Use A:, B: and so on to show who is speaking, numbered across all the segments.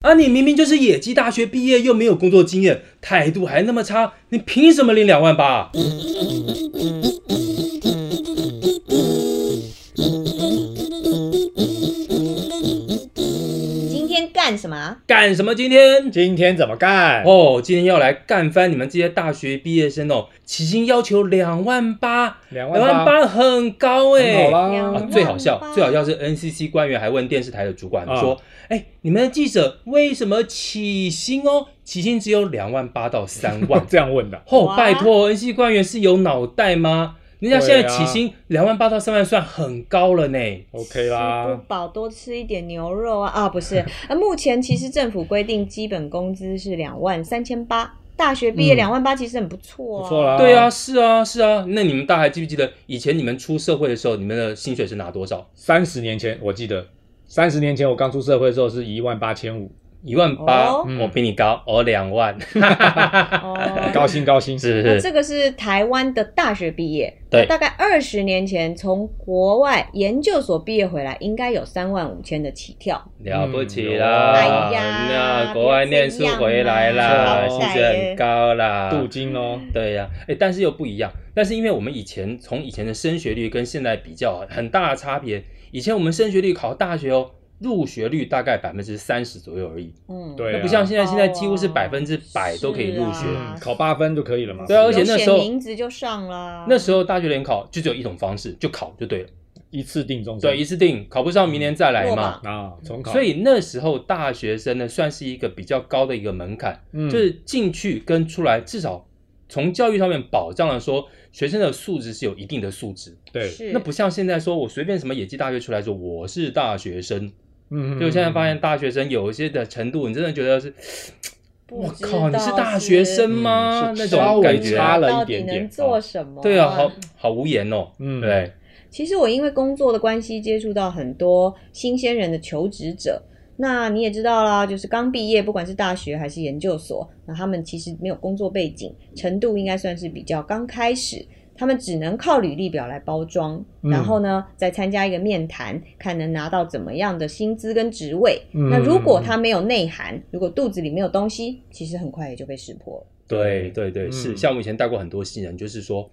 A: 啊，你明明就是野鸡大学毕业，又没有工作经验，态度还那么差，你凭什么领两万八？
B: 今天干什么？
A: 干什么今天？
C: 今天怎么干？
A: 哦，今天要来干翻你们这些大学毕业生哦！起薪要求两万八，两
C: 两
A: 万八很高哎、
C: 很好
B: 两
C: 啦
A: 啊
B: 万，
A: 最好笑
B: 八，
A: 最好笑是 NCC 官员还问电视台的主管
C: 啊
A: 说：“哎、你们的记者为什么起薪哦？起薪只有两万八到三万
C: 这样问的，
A: 哦
B: 哇，
A: 拜托，NCC 官员是有脑袋吗？人家现在起薪两万八到三万算很高了呢。
C: OK
B: 吃不
C: 啦，
B: 饱多吃一点牛肉啊 啊，不是，呃，目前其实政府规定基本工资是两万三千八，大学毕业
A: 嗯
B: 两万八其实很不错、啊
C: 不错啦。
A: 对啊，，是啊，是啊。那你们大家还记不记得以前你们出社会的时候，你们的薪水是拿多少？
C: 三十年前我记得，三十年前我刚出社会的时候是一万八千五，
A: 一万八
B: 哦，
A: 我比你高，哦，两 万。
B: 哦，
C: 高薪高薪。
A: 哎是
B: 那
A: 是是，
B: 这个是台湾的大学毕业，
A: 对
B: 那大概二十年前从国外研究所毕业回来，应该有三万五千的起跳。
A: 了不起
C: 哎
A: 啦！
B: 呀
A: 那国外念书回来啦，
C: 不要这样
A: 薪
C: 嘛
A: 水很高啦。
C: 镀金哦，
A: 对呀、哎，但是又不一样。但是因为我们以前从以前的升学率跟现在比较啊，很大的差别。以前我们升学率考大学哦，入学率大概百分之三十左右而已，
B: 嗯，
C: 对啊
A: 那不像现在，现在几乎是
B: 哦
A: 百分之百都可以入学。
B: 是啊
C: 嗯，考八分就可以了嘛。
A: 对啊而且
B: 嗯有
A: 那
B: 写
A: 时候
B: 名字就上啦。
A: 那时候大学联考就只有一种方式，就考就对了，
C: 一次定终身。
A: 对，一次定，考不上明年再来
B: 落
A: 嘛
B: 榜。
C: 啊，重考。
A: 所以那时候大学生呢，算是一个比较高的一个门槛，
C: 嗯
A: 就是进去跟出来，至少从教育上面保障了说学生的素质是有一定的素质。
C: 对，
B: 是
A: 那不像现在说我随便什么野鸡大学出来说我是大学生，
C: 嗯
A: 就现在发现大学生有一些的程度，你真的觉得是，
B: 不
A: 我
B: 知道
A: 靠，你是大学生吗？
C: 嗯是
A: 那
C: 稍
A: 种
C: 微
A: 感觉，
C: 差了一点点
B: 到底能做什么？
A: 对啊，好好无言哦。
C: 嗯，
A: 对，
B: 其实我因为工作的关系，接触到很多新鲜人的求职者。那你也知道啦，就是刚毕业，不管是大学还是研究所，那他们其实没有工作背景，程度应该算是比较刚开始。他们只能靠履历表来包装，
C: 嗯
B: 然后呢，再参加一个面谈，看能拿到怎么样的薪资跟职位。
C: 嗯
B: 那如果他没有内涵，如果肚子里没有东西，其实很快也就被识破了。
A: 对对对，是
C: 嗯
A: 像我们以前带过很多新人，就是说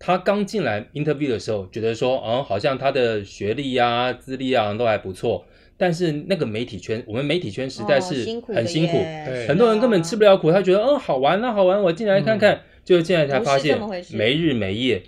A: 他刚进来 interview 的时候，觉得说，嗯，好像他的学历啊、资历啊都还不错，但是那个媒体圈，我们媒体圈实在
B: 哦
A: 是
B: 辛苦的
A: 很辛苦，
B: 耶
C: 对
A: 很多人根本吃不了苦，他觉得，嗯，好玩啊，好玩，我进来看看。就进来才发
B: 不是
A: 现
B: 这么回事
A: 没日没夜，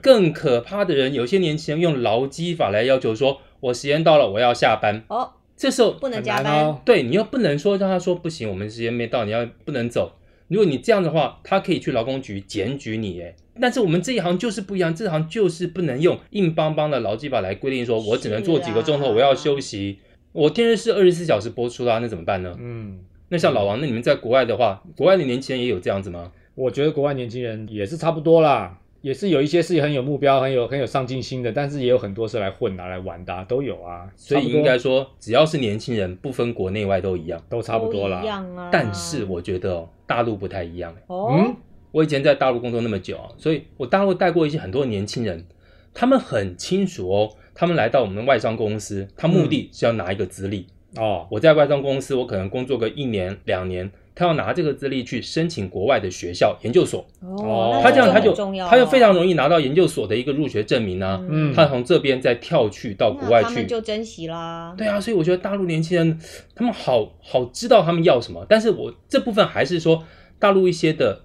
A: 更可怕的人，有些年轻人用劳基法来要求说，我时间到了，我要下班。
B: 哦，
A: 这时候
B: 不能
C: 很
B: 加
C: 难
B: 班，
C: 哦。
A: 对你又不能说让他说不行，我们时间没到，你要不能走。如果你这样的话，他可以去劳工局检举你哎。但是我们这一行就是不一样，这行就是不能用硬邦邦的劳基法来规定说，我只能做几个钟头，
B: 是啊
A: 我要休息。我电视是二十四小时播出啦、那怎么办呢？
C: 嗯，
A: 那像老王，那你们在国外的话，国外的年轻人也有这样子吗？
C: 我觉得国外年轻人也是差不多啦，也是有一些是很有目标、很有很有上进心的，但是也有很多是来混拿来玩的、啊，都有啊。
A: 所以
C: 差不多
A: 应该说，只要是年轻人，不分国内外都一样。
C: 都差不多
B: 都一
C: 啦。
B: 样啊。
A: 但是我觉得哦，大陆不太一样哎。
B: 哦，
C: 嗯
A: 我以前在大陆工作那么久啊，所以我大陆带过一些很多年轻人，他们很清楚哦，他们来到我们外商公司，他
C: 嗯
A: 目的是要拿一个资历。
C: 哦，
A: 我在外商公司，我可能工作个一年两年，他要拿这个资历去申请国外的学校研究所，
B: 哦，那
A: 他这样他
B: 很
A: 就
B: 重要哦
A: 他就非常容易拿到研究所的一个入学证明啊。
C: 嗯
A: 他从这边再跳去到国
B: 那
A: 外
B: 他们
A: 去，
B: 就珍惜啦。
A: 对啊，所以我觉得大陆年轻人他们好好知道他们要什么，但是我这部分还是说大陆一些的嘖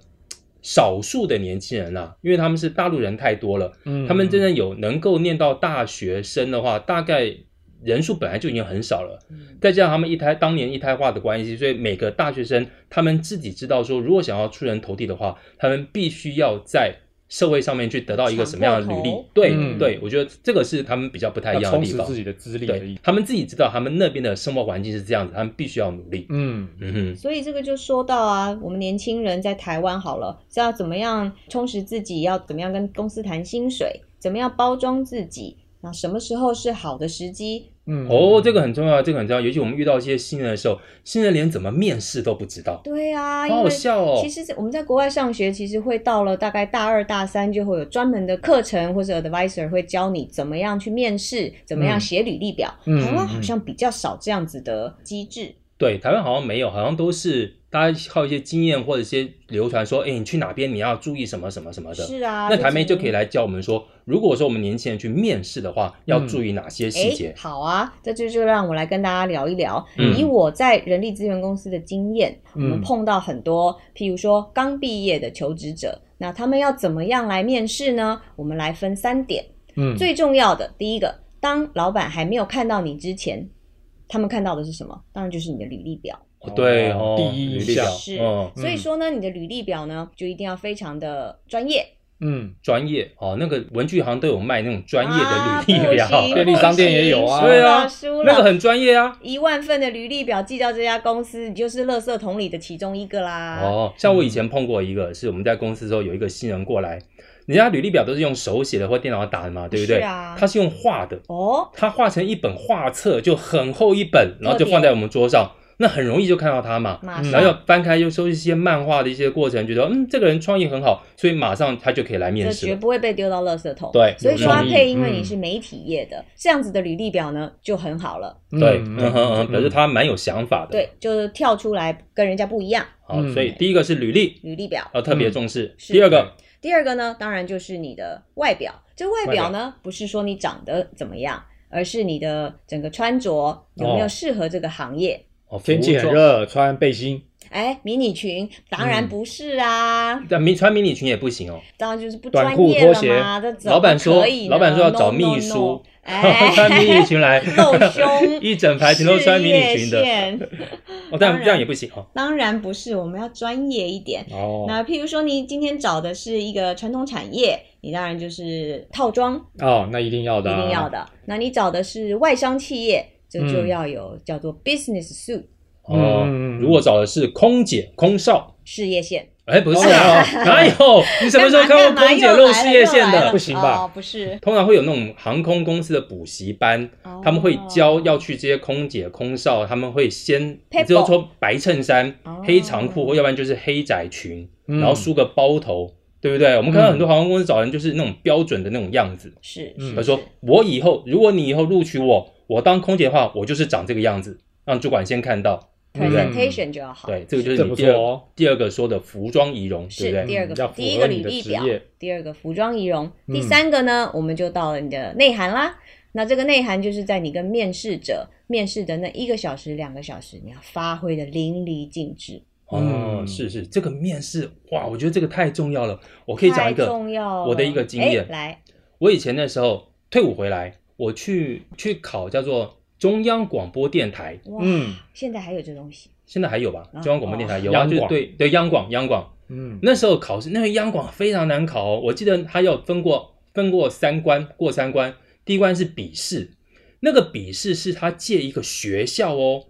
A: 少数的年轻人啊，因为他们是大陆人太多了，
C: 嗯
A: 他们真正有能够念到大学生的话，大概人数本来就已经很少了，
B: 嗯
A: 再加上他们一胎当年一胎化的关系，所以每个大学生他们自己知道说，如果想要出人头地的话，他们必须要在。社会上面去得到一个什么样的履
B: 抢
A: 历
B: 破头？
A: 对、
C: 嗯
A: 对，我觉得这个是他们比较不太一样
C: 要
A: 的
C: 充
A: 地
C: 实
A: 方。
C: 自己的资历而
A: 对
C: 已。
A: 他们自己知道，他们那边的生活环境是这样子，他们必须要努力。
C: 嗯，
A: 嗯
B: 所以这个就说到啊，我们年轻人在台湾好了，是要怎么样充实自己，要怎么样跟公司谈薪水，怎么样包装自己，那什么时候是好的时机？
C: 嗯
A: 哼，哦，这个很重要，这个很重要。尤其我们遇到一些新人的时候，新人连怎么面试都不知道，
B: 对啊，因
A: 好好
B: 为
A: 笑哦
B: 其。实我们在国外上学，其实会到了大概大二、大三就会有专门的课程或者 advisor 会教你怎么
A: 嗯
B: 样去面试，怎么样写履历表。
C: 嗯
B: 台湾好像比较少这样子的机制。
A: 对，台湾好像没有，好像都是大家靠一些经验或者一些流传说，哎，你去哪边你要注意什么什么什么的。
B: 是啊，
A: 那台媒就可以
B: 来。
A: 来教我们说，如果说我们年轻人去面试的话，要注意哪些细节？
B: 好啊，这就就让我来跟大家聊一聊，
A: 嗯
B: 以我在人力资源公司的经验，我们
C: 嗯
B: 碰到很多，譬如说刚毕业的求职者，那他们要怎么样来面试呢？我们来分三点，
C: 嗯，
B: 最重要的第一个，当老板还没有看到你之前，他们看到的是什么？当然就是你的履历表。
A: 哦对哦
C: 哦，第一
A: 履
C: 印
A: 历表
C: 象，
B: 是
A: 嗯，
B: 所以说呢，你的履历表呢，就一定要非常的专业，
C: 嗯，
A: 专业哦，那个文具行都有卖那种专业
B: 啊
A: 的履历表，
B: 不行
C: 便 利商店也有啊
B: 不行
A: 对啊
B: 输了
A: 那个很专业啊。
B: 一万份的履历表寄到这家公司，你就是垃圾桶里的其中一个啦。
A: 哦，像我以前碰过一个，是我们在公司的时候有一个新人过来，人家履历表都是用手写的或电脑打的嘛，对不对？
B: 是啊
A: 他是用画的，
B: 哦，
A: 他画成一本画册，就很厚一本，然后就
B: 特别
A: 放在我们桌上，那很容易就看到他嘛。
B: 马
A: 然
C: 嗯
A: 后
B: 上
A: 要翻开，又收集一些漫画的一些过程，觉得嗯，这个人创意很好，所以马上他就可以来面
B: 这
A: 试
B: 绝
A: 了。
B: 不会被丢到垃圾桶。
A: 对
B: 所以
A: 有
B: 说它
A: 创意
B: 配因为
C: 嗯
B: 你是媒体业的，这样子的履历表呢就很好了。
A: 对，
C: 嗯
A: 嗯哼嗯，表示他蛮有想法的。
B: 对，，就是跳出来跟人家不一样，
A: 好，
C: 嗯
A: 所以第一个是履历，
B: 履历表。
A: 要特别重视。
B: 是
A: 第二个，
B: 第二个呢，当然就是你的外表。这外表呢，不是说你长得怎么样，而是你的整个穿着有没有
C: 哦
B: 适合这个行业。
A: 哦，服务
C: 天气很
A: 做，
C: 热，穿背心，
B: 哎，迷你裙当然
C: 嗯
B: 不是啊，
A: 但迷穿迷你裙也不行哦。
B: 当然就是不
C: 短
B: 专
C: 裤
B: 业
C: 拖
B: 了
C: 鞋
B: 嘛。这怎
A: 老板
B: 么
A: 说
B: 可以，呢
A: 老板说要找
B: No,
A: 秘
B: no,
A: 书
B: no，哎，
A: 穿迷你裙来，
B: 露 胸
A: 一整排全都穿迷你裙
B: 事
A: 的，
B: 业线
A: 哦，但
B: 当然
A: 这样也不行哦。
B: 当然不是，我们要专业一点。
C: 哦，
B: 那譬如说，你今天找的是一个传统产业，你当然就是套装，
C: 哦，那一定要
B: 一
C: 的啊，
B: 定要的。那你找的是外商企业，这就
C: 嗯
B: 要有叫做 business suit
A: 哦
C: 嗯，
A: 如果找的是空姐、空少，
B: 事业线，
A: 哎，不是啊，
C: 哦
A: 哪 有？你什么时候看过空姐露事业线
B: 干嘛干嘛又来了
A: 的
C: 不？行吧
B: 哦、不是，
A: 通常会有那种航空公司的补习班，
B: 哦
A: 他们会教要去这些空姐、空少，他们会先
B: Pebble
A: 只有穿白衬衫
B: 哦、
A: 黑长裤，或要不然就是黑窄裙，
C: 嗯
A: 然后梳个包头，对不对？我们看到很多航空公司找人就是那种标准的那种样子。
B: 是，
C: 嗯
B: 是
A: 他说：“我以后如果你以后录取我，我当空姐的话，我就是长这个样子，让主管先看到。
B: 是 presentation 就要好，
A: 对，这个就是
C: 这
A: 你
C: 不
A: 第
C: 错
A: 二、
C: 哦
A: 第二个说的服装仪容，对
B: 是
A: 不对？
B: 第二
C: 要
B: 个，
C: 符合
B: 第一个履
C: 你的
B: 历
C: 职
B: 表
C: 业，
B: 第二个服装仪容，
C: 嗯
B: 第三个呢，我们就到了你的内涵啦。那这个内涵就是在你跟面试者面试的那一个小时、两个小时，你要发挥的淋漓尽致，
A: 哦，
C: 嗯
A: 是是，这个面试哇，我觉得这个太重要了。我可以讲一
B: 太
A: 个，
B: 重要了
A: 我的一个经验
B: 哎来，
A: 我以前那时候退伍回来，我去去考叫做中央广播电台，
B: 哇，
C: 嗯
B: 现在还有这东西，
A: 现在还有吧？
B: 啊
A: 中央广播电台
B: 哦
A: 有啊，
C: 央
A: 就是
C: 广
A: 对对央广央广。
C: 嗯，
A: 那时候考试，那个央广非常难考、哦，我记得它有分过分过三关，过三关，第一关是笔试，那个笔试是他借一个学校哦，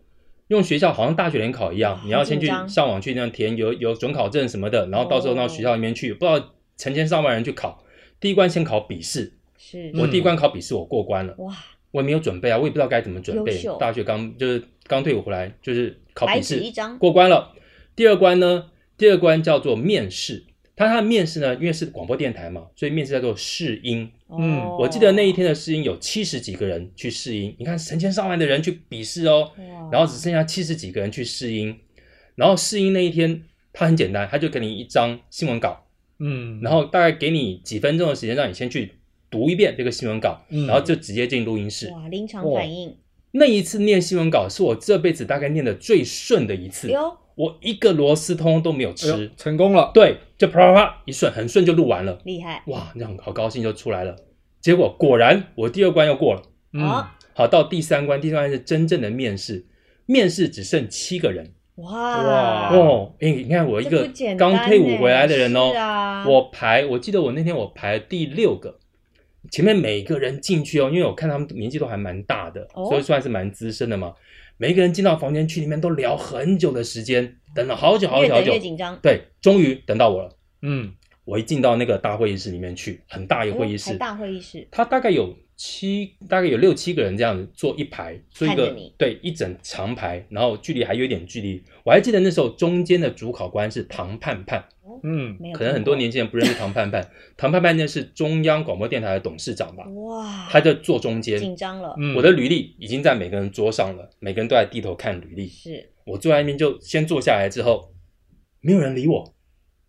A: 用学校好像大学联考一样，你要先去
B: 好紧张
A: 上网去那样填有有准考证什么的，然后到时候到学校里面去，不知道成千上万人去考。第一关先考笔试，
B: 是
A: 我
C: 嗯
A: 第一关考笔试我过关了，
B: 哇，
A: 我也没有准备啊，我也不知道该怎么准
B: 优
A: 备
B: 秀。
A: 大学刚就是刚退伍回来，就是考
B: 白
A: 笔
B: 纸
A: 试
B: 一张，
A: 过关了。第二关呢，第二关叫做面试。它它的面试呢，因为是广播电台嘛，所以面试叫做试音。
C: 嗯
B: 哦
A: 我记得那一天的试音有七十几个人去试音，你看成千上万的人去笔试哦，
B: 哇
A: 然后只剩下七十几个人去试音。然后试音那一天，它很简单，它就给你一张新闻稿，
C: 嗯，
A: 然后大概给你几分钟的时间，让你先去读一遍这个新闻稿，
C: 嗯
A: 然后就直接进录音室。
B: 哇，临场反应，
A: 那一次念新闻稿是我这辈子大概念的最顺的一次，
B: 哟，
A: 我一个螺丝通都没有
C: 哎
A: 吃。
C: 呦成功了，
A: 对，就啪啪啪一顺，很顺就录完了。
B: 厉害，
A: 哇，那很好高兴就出来了。结果果然我第二关又过了。
C: 嗯
B: 好，
A: 好，到第三关，第三关是真正的面试，面试只剩七个人
B: 哇
C: 哇啊
A: 哦。哎，你看我一
B: 这
A: 个
B: 不简
A: 刚
B: 单呢
A: 退伍回来的人哦
B: 是，啊，
A: 我排，我记得我那天我排第六个。前面每个人进去哦，因为我看他们年纪都还蛮大的，
B: 哦
A: 所以算是蛮资深的嘛。每一个人进到房间去里面都聊很久的时间，等了好久好
B: 越
A: 久好
B: 等
A: 久
B: 越，紧张，
A: 对，终于等到我了。
C: 嗯，
A: 我一进到那个大会议室里面去，很大一个会议
B: 哎
A: 室
B: 呦还，大会议室，
A: 它大概有七，大概有六七个人这样子坐一排，坐一
B: 看
A: 个
B: 着你
A: 对一整长排，然后距离还有一点距离。我还记得那时候中间的主考官是唐盼盼，
C: 嗯，
B: 没有
A: 可能
B: 听
A: 很多
B: 过
A: 年轻人不认识唐盼盼，唐盼盼那是中央广播电台的董事长吧，
B: 哇，
A: 他就坐中间。
B: 紧张了，
C: 嗯，
A: 我的履历已经在每个人桌上了，每个人都在低头看履历。
B: 是
A: 我坐在那边就先坐下来之后，没有人理我，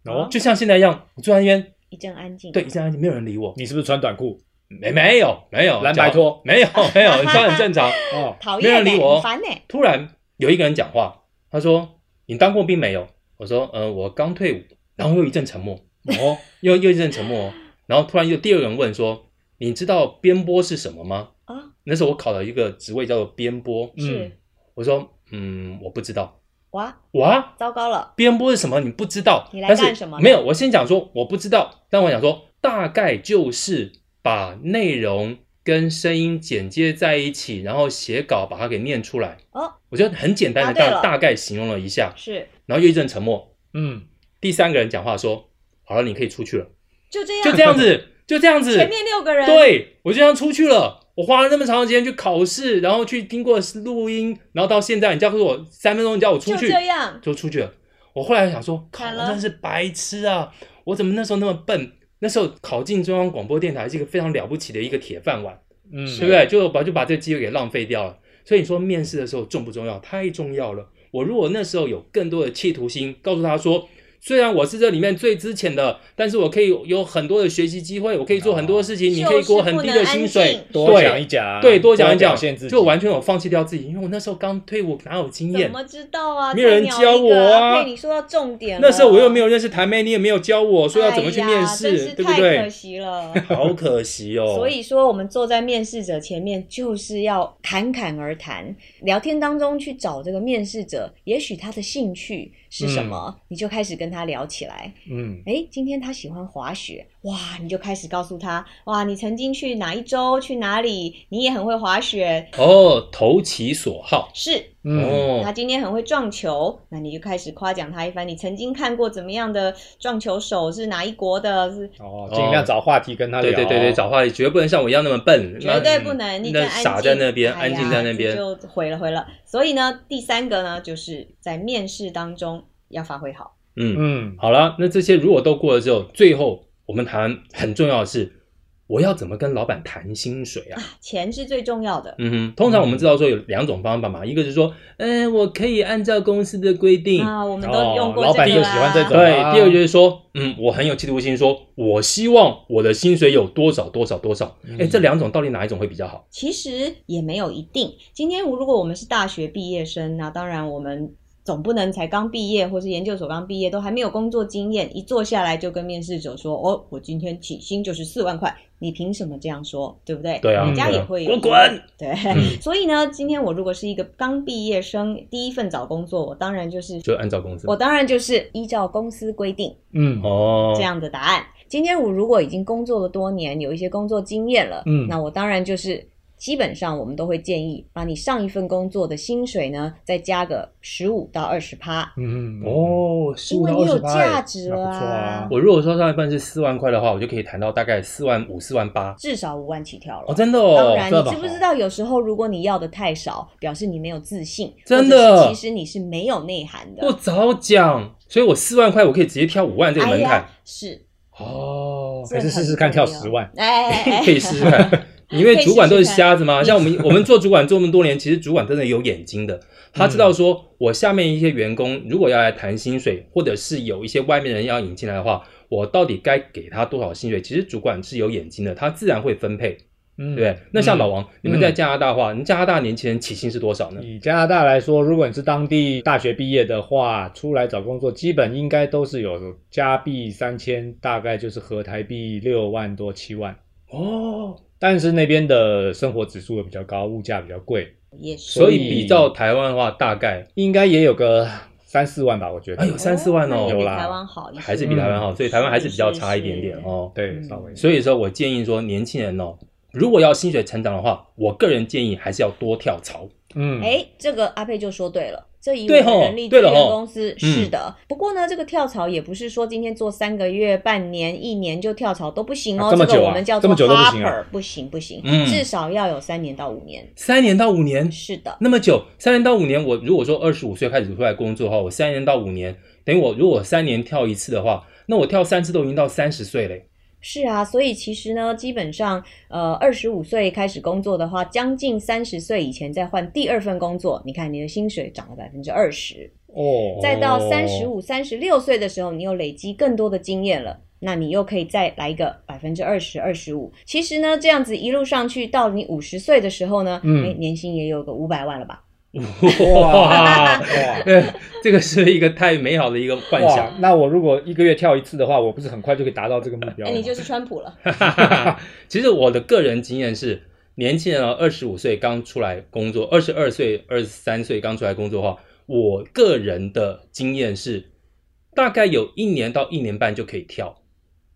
C: 哦，
A: 就像现在一样，我坐在那边，
B: 一阵安静。
A: 对，一下没有人理我，
C: 你是不是穿短裤？
A: 没没有没有
C: 蓝白
A: 讲
C: 拖
A: 没有没有，这很正 常。
C: 哦，
B: 讨
A: 没
B: 厌
A: 人
B: 呢、
A: 理我
B: 很烦呢、
A: 突然有一个人讲话，他说：“你当过兵没有？”我说：“呃，我刚退伍。”然后又一阵沉默，
C: 哦，
A: 又又一阵沉默。哦然后突然又第二个人问说：“你知道边播是什么吗
B: 啊，？”
A: 那时候我考了一个职位叫做边播，
B: 是、
C: 嗯
A: 我说：“嗯，我不知道。
B: 哇，”
A: 哇，
B: 糟糕了，
A: 边播是什么？你不知道？
B: 你来
A: 但是
B: 干什么呢
A: 没有，我先讲说我不知道，但我想说大概就是把内容跟声音剪接在一起，然后写稿把它给念出来。
B: 哦，
A: 我就很简单的
B: 答对
A: 大、
B: 了
A: 大概形容了一下，
B: 是
A: 然后又一阵沉默。
C: 嗯，
A: 第三个人讲话说：“好了，你可以出去 了。”
B: 就这样，
A: 就这样子，就这样子。
B: 前面六个人，，
A: 对我就这样出去了。我花了那么长时间去考试，然后去经过录音，然后到现在，你叫我三分钟，你叫我出
B: 就
A: 去，
B: 这样，
A: 就出去了。我后来想说，靠，
B: 惨
A: 我
B: 了
A: 真的是白痴啊！我怎么那时候那么笨？那时候考进中央广播电台是一个非常了不起的一个铁饭碗，
C: 嗯，
A: 对不对？就把就把这个机会给浪费掉了。所以你说面试的时候重不重要？太重要了。我如果那时候有更多的企图心，告诉他说，虽然我是这里面最资浅的，但是我可以有很多的学习机会，我可以做很多事情，你可以给我很低的薪
B: 就是不能
A: 水
B: 安静，
C: 多讲一讲，
A: 对，多讲一讲
C: 表现自，己，
A: 就完全有放弃掉自己，因为我那时候刚退伍，哪有经
B: 怎
A: 验？
B: 么知道啊？
A: 没有人
B: 菜鸟
A: 教
B: 一个
A: 我啊
B: 被你说到重点了，
A: 那时候我又没有认识台妹，你也没有教我说要怎么去面
B: 哎呀
A: 试，
B: 真是
A: 对不
B: 太可
A: 对？
B: 惜了。
A: 好可惜 哦。
B: 所以说，我们坐在面试者前面，就是要侃侃而谈，聊天当中去找这个面试者，也许他的兴趣是什
A: 嗯
B: 么，你就开始跟他聊起来。
C: 嗯，
B: 诶，今天他喜欢滑雪，哇，你就开始告诉他，哇，你曾经去哪一州，去哪里，你也很会滑雪，
A: 哦，投其所好。
B: 是，
C: 嗯，
B: 他
A: 哦，
B: 今天很会撞球，那你就开始夸奖他一番，你曾经看过怎么样的撞球手是哪一国的，是
C: 哦，尽量找话题跟他
A: 对
C: 聊，
A: 对对对，找话题绝不能像我一样那么笨，
B: 绝对不
A: 那
B: 能，你
A: 那
B: 安静
A: 傻在那边，
B: 哎呀
A: 安静在那边
B: 这。就毁了毁了。所以呢，第三个呢，就是在面试当中要发挥好，
A: 嗯，
C: 嗯，
A: 好了，那这些如果都过了之后，最后我们谈很重要的是，我要怎么跟老板谈薪水啊？
B: 钱是最重要的。
A: 嗯哼，通常我们知道说有两种方法嘛，一个是说，哎，我可以按照公司的规定。
B: 啊，我们
C: 哦
B: 都用过
C: 老
B: 这个、啊
C: 板就喜欢这种
A: 对
C: 啊，
A: 第二个就是说，嗯，我很有企图心说，我希望我的薪水有多少多少多少。哎、
C: 嗯
A: 这两种到底哪一种会比较好？
B: 其实也没有一定。今天如果我们是大学毕业生，那当然我们总不能才刚毕业，或是研究所刚毕业，都还没有工作经验，一坐下来就跟面试者说：“哦，我今天起薪就是四万块，你凭什么这样说？对不对？”
A: 对啊
B: 人家
A: 对啊
B: 也会
A: 滚滚。
B: 对，
A: 嗯
B: 所以呢，今天我如果是一个刚毕业生，第一份找工作，我当然就是
A: 就按照公司
B: 我当然就是依照公司规定。
C: 嗯，
A: 哦，
B: 这样的答案。今天我如果已经工作了多年，有一些工作经验了，
C: 嗯
B: 那我当然就是基本上我们都会建议把你上一份工作的薪水呢再加个十五到二十趴，
C: 嗯，
A: 哦，十
B: 因
A: 五
B: 为
A: 到
B: 你
A: 二
B: 有
A: 十
B: 价
A: 八。哎
B: 值
C: 那
B: 了、
C: 不错啊
A: 我如果说上一份是四万块的话，我就可以谈到大概四万五、四万八。
B: 至少五万起跳了。
A: 哦，真的哦，
B: 当然，
C: 这
B: 你
C: 么
B: 知不
C: 好
B: 知道？有时候如果你要的太少，表示你没有自信，
A: 真
B: 或者
A: 的
B: 是其实你是没有内涵的。
A: 不早讲，所以我四万块我可以直接跳五万这个
B: 哎
A: 门槛
B: 呀。，是，
A: 哦，
C: 还是哎试试看跳十万，
B: 哎 哎哎，
A: 可以试试看。因为主管都是瞎子嘛，像我们我们做主管做那么多年，其实主管真的有眼睛的，他知道说我下面一些员工如果要来谈薪水，或者是有一些外面人要引进来的话，我到底该给他多少薪水？其实主管是有眼睛的，他自然会分配，
C: 嗯
A: 对不对？那像老王，你们
C: 嗯
A: 在加拿大的话，你加拿大年轻人起薪是多少呢？
C: 以加拿大来说，如果你是当地大学毕业的话，出来找工作，基本应该都是有加币三千，大概就是合台币六万多七万。
A: 哦，
C: 但是那边的生活指数也比较高，物价比较贵，
B: 也是。
A: 所以比照台湾的话，大概
C: 应该也有个三四万吧，我觉得。
A: 哎有三四万哦
B: 那也比
C: 有啦
B: 台湾好一些，嗯
A: 还是比台湾好，所以台湾还是比较差一点点
B: 是是
A: 哦。
C: 对，
B: 嗯
C: 稍微。
A: 所以说我建议说，年轻人哦，如果要薪水成长的话，我个人建议还是要多跳槽。
C: 嗯，
B: 哎，这个阿佩就说对了。这以我
A: 对
B: 们
A: 吼
B: 人力资
A: 对了
B: 源
A: 吼
B: 公
C: 嗯
B: 司是的，不过呢，这个跳槽也不是说今天做三个月、半年、一年就跳槽都不行哦。
C: 啊这么久啊
B: 个我们叫
C: 这
B: 做
C: 么久都不
B: hopper，
C: 行啊
B: 不行不行
A: 嗯
B: 至少要有三年到五年。
A: 三年到五年
B: 是的，
A: 那么久，三年到五年，我如果说二十五岁开始出来工作的话，我三年到五年，等于我如果三年跳一次的话，那我跳三次都已经到三十岁嘞。
B: 是啊，所以其实呢，基本上，呃，二十五岁开始工作的话，将近三十岁以前再换第二份工作，你看你的薪水涨了百分之二十，
C: 哦，
B: 再到三十五、三十六岁的时候，你又累积更多的经验了。那你又可以再来一个百分之二十、二十五。其实呢，这样子一路上去，到你五十岁的时候呢，
C: 嗯
B: 哎年薪也有个五百万了吧？
C: 哇
A: 哇，
C: 哇
A: 呃这个是一个太美好的一个幻
C: 哇
A: 想，！
C: 那我如果一个月跳一次的话，我不是很快就可以达到这个目标
B: 哎、
C: 了吗？
B: 你就是川普了。
A: 其实我的个人经验是，年轻人啊，二十五岁刚出来工作，二十二岁、二十三岁刚出来工作的话，我个人的经验是，大概有一年到一年半就可以跳，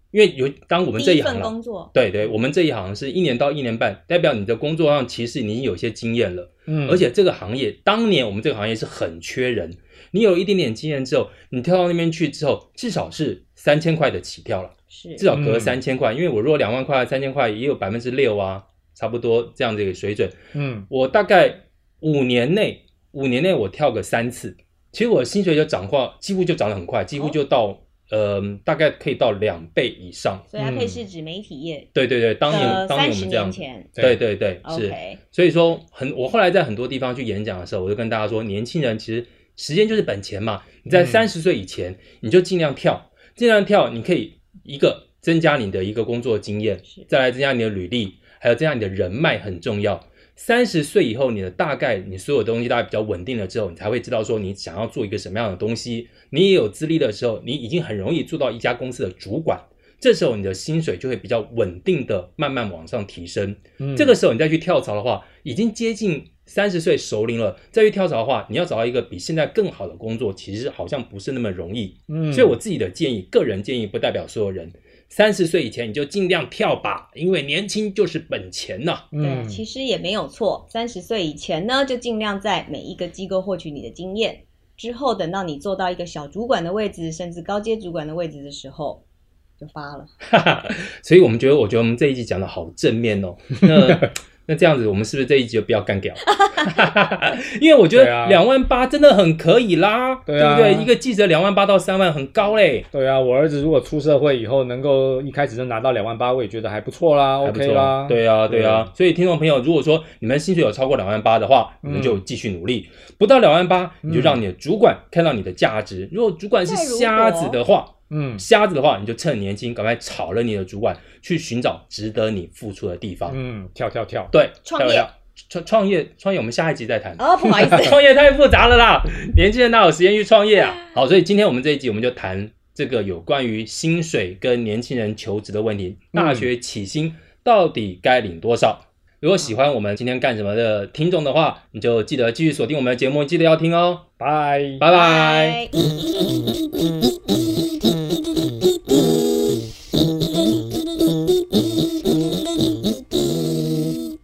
A: 因为有当我们这
B: 第一
A: 行
B: 份
A: 了，
B: 工作，
A: 对对，我们这一行是一年到一年半，代表你的工作上其实你已经有一些经验了，
C: 嗯，
A: 而且这个行业当年我们这个行业是很缺人，你有一点点经验之后，你跳到那边去之后，至少是三千块的起跳了，
B: 是
A: 至少隔
C: 嗯
A: 三千块，因为我如果两万块、三千块也有百分之六啊，差不多这样的一个水准，
C: 嗯，
A: 我大概五年内，五年内我跳个三次，其实我的薪水就涨化，几乎就涨得很快，几乎就到、呃大概可以到两倍以上。
B: 所以它可以
C: 嗯
B: 是指媒体业。
A: 对对对，当年、
B: 呃，
A: 当年
B: 三
A: 我
B: 十
A: 们这样
B: 年，前
A: 对对对，是。
B: ，OK，
A: 所以说很，我后来在很多地方去演讲的时候，我就跟大家说，年轻人其实时间就是本钱嘛。你在
C: 嗯
A: 三十岁以前，你就尽量跳，尽量跳，你可以一个增加你的一个工作经验
B: 是，
A: 再来增加你的履历，还有增加你的人脉很重要。三十岁以后，你的大概你所有东西大概比较稳定了之后，你才会知道说你想要做一个什么样的东西。你也有资历的时候，你已经很容易做到一家公司的主管，这时候你的薪水就会比较稳定的慢慢往上提升。
C: 嗯
A: 这个时候你再去跳槽的话，已经接近三十岁熟龄了，再去跳槽的话，你要找到一个比现在更好的工作，其实好像不是那么容易。
C: 嗯，
A: 所以我自己的建议，个人建议不代表所有人。三十岁以前你就尽量跳吧，因为年轻就是本钱呐、
B: 对，
C: 嗯，
B: 其实也没有错。三十岁以前呢，就尽量在每一个机构获取你的经验，之后等到你做到一个小主管的位置，甚至高阶主管的位置的时候，就发了。
A: 哈哈，所以我们觉得，我觉得我们这一集讲的好正面 哦。那那这样子，我们是不是这一集就不要干掉？因为我觉
C: 对
A: 得
C: 啊
A: 两万八真的很可以啦，
C: 对啊
A: 不对？一个记者两万八到三万很高嘞。
C: 对啊，我儿子如果出社会以后能够一开始就拿到两万八，我也觉得还不错啦
A: 还不错
C: ，OK 啦，
A: 对啊，对啊。所以听众朋友，如果说你们薪水有超过两万八的话，
C: 嗯
A: 你们就继续努力；不到两万八，你就让你的主管看到你的价值。如果主管是
B: 再如果
A: 瞎子的话，
C: 嗯
A: 瞎子的话，你就趁年轻赶快炒了你的主管，去寻找值得你付出的地方。
C: 嗯，跳跳跳，
A: 对，
B: 创业
A: 漂亮创创业创业，我们下一集再谈。，
B: 哦，不好意思
A: 创业太复杂了啦，年轻人哪有时间去创业啊？好，所以今天我们这一集我们就谈这个有关于薪水跟年轻人求职的问题，
C: 嗯
A: 大学起薪到底该领多少？如果喜欢我们今天干什么的听众的话，你 就记得继续锁定我们的节目，记得要听哦，
C: 拜。
A: 拜拜。
B: 拜。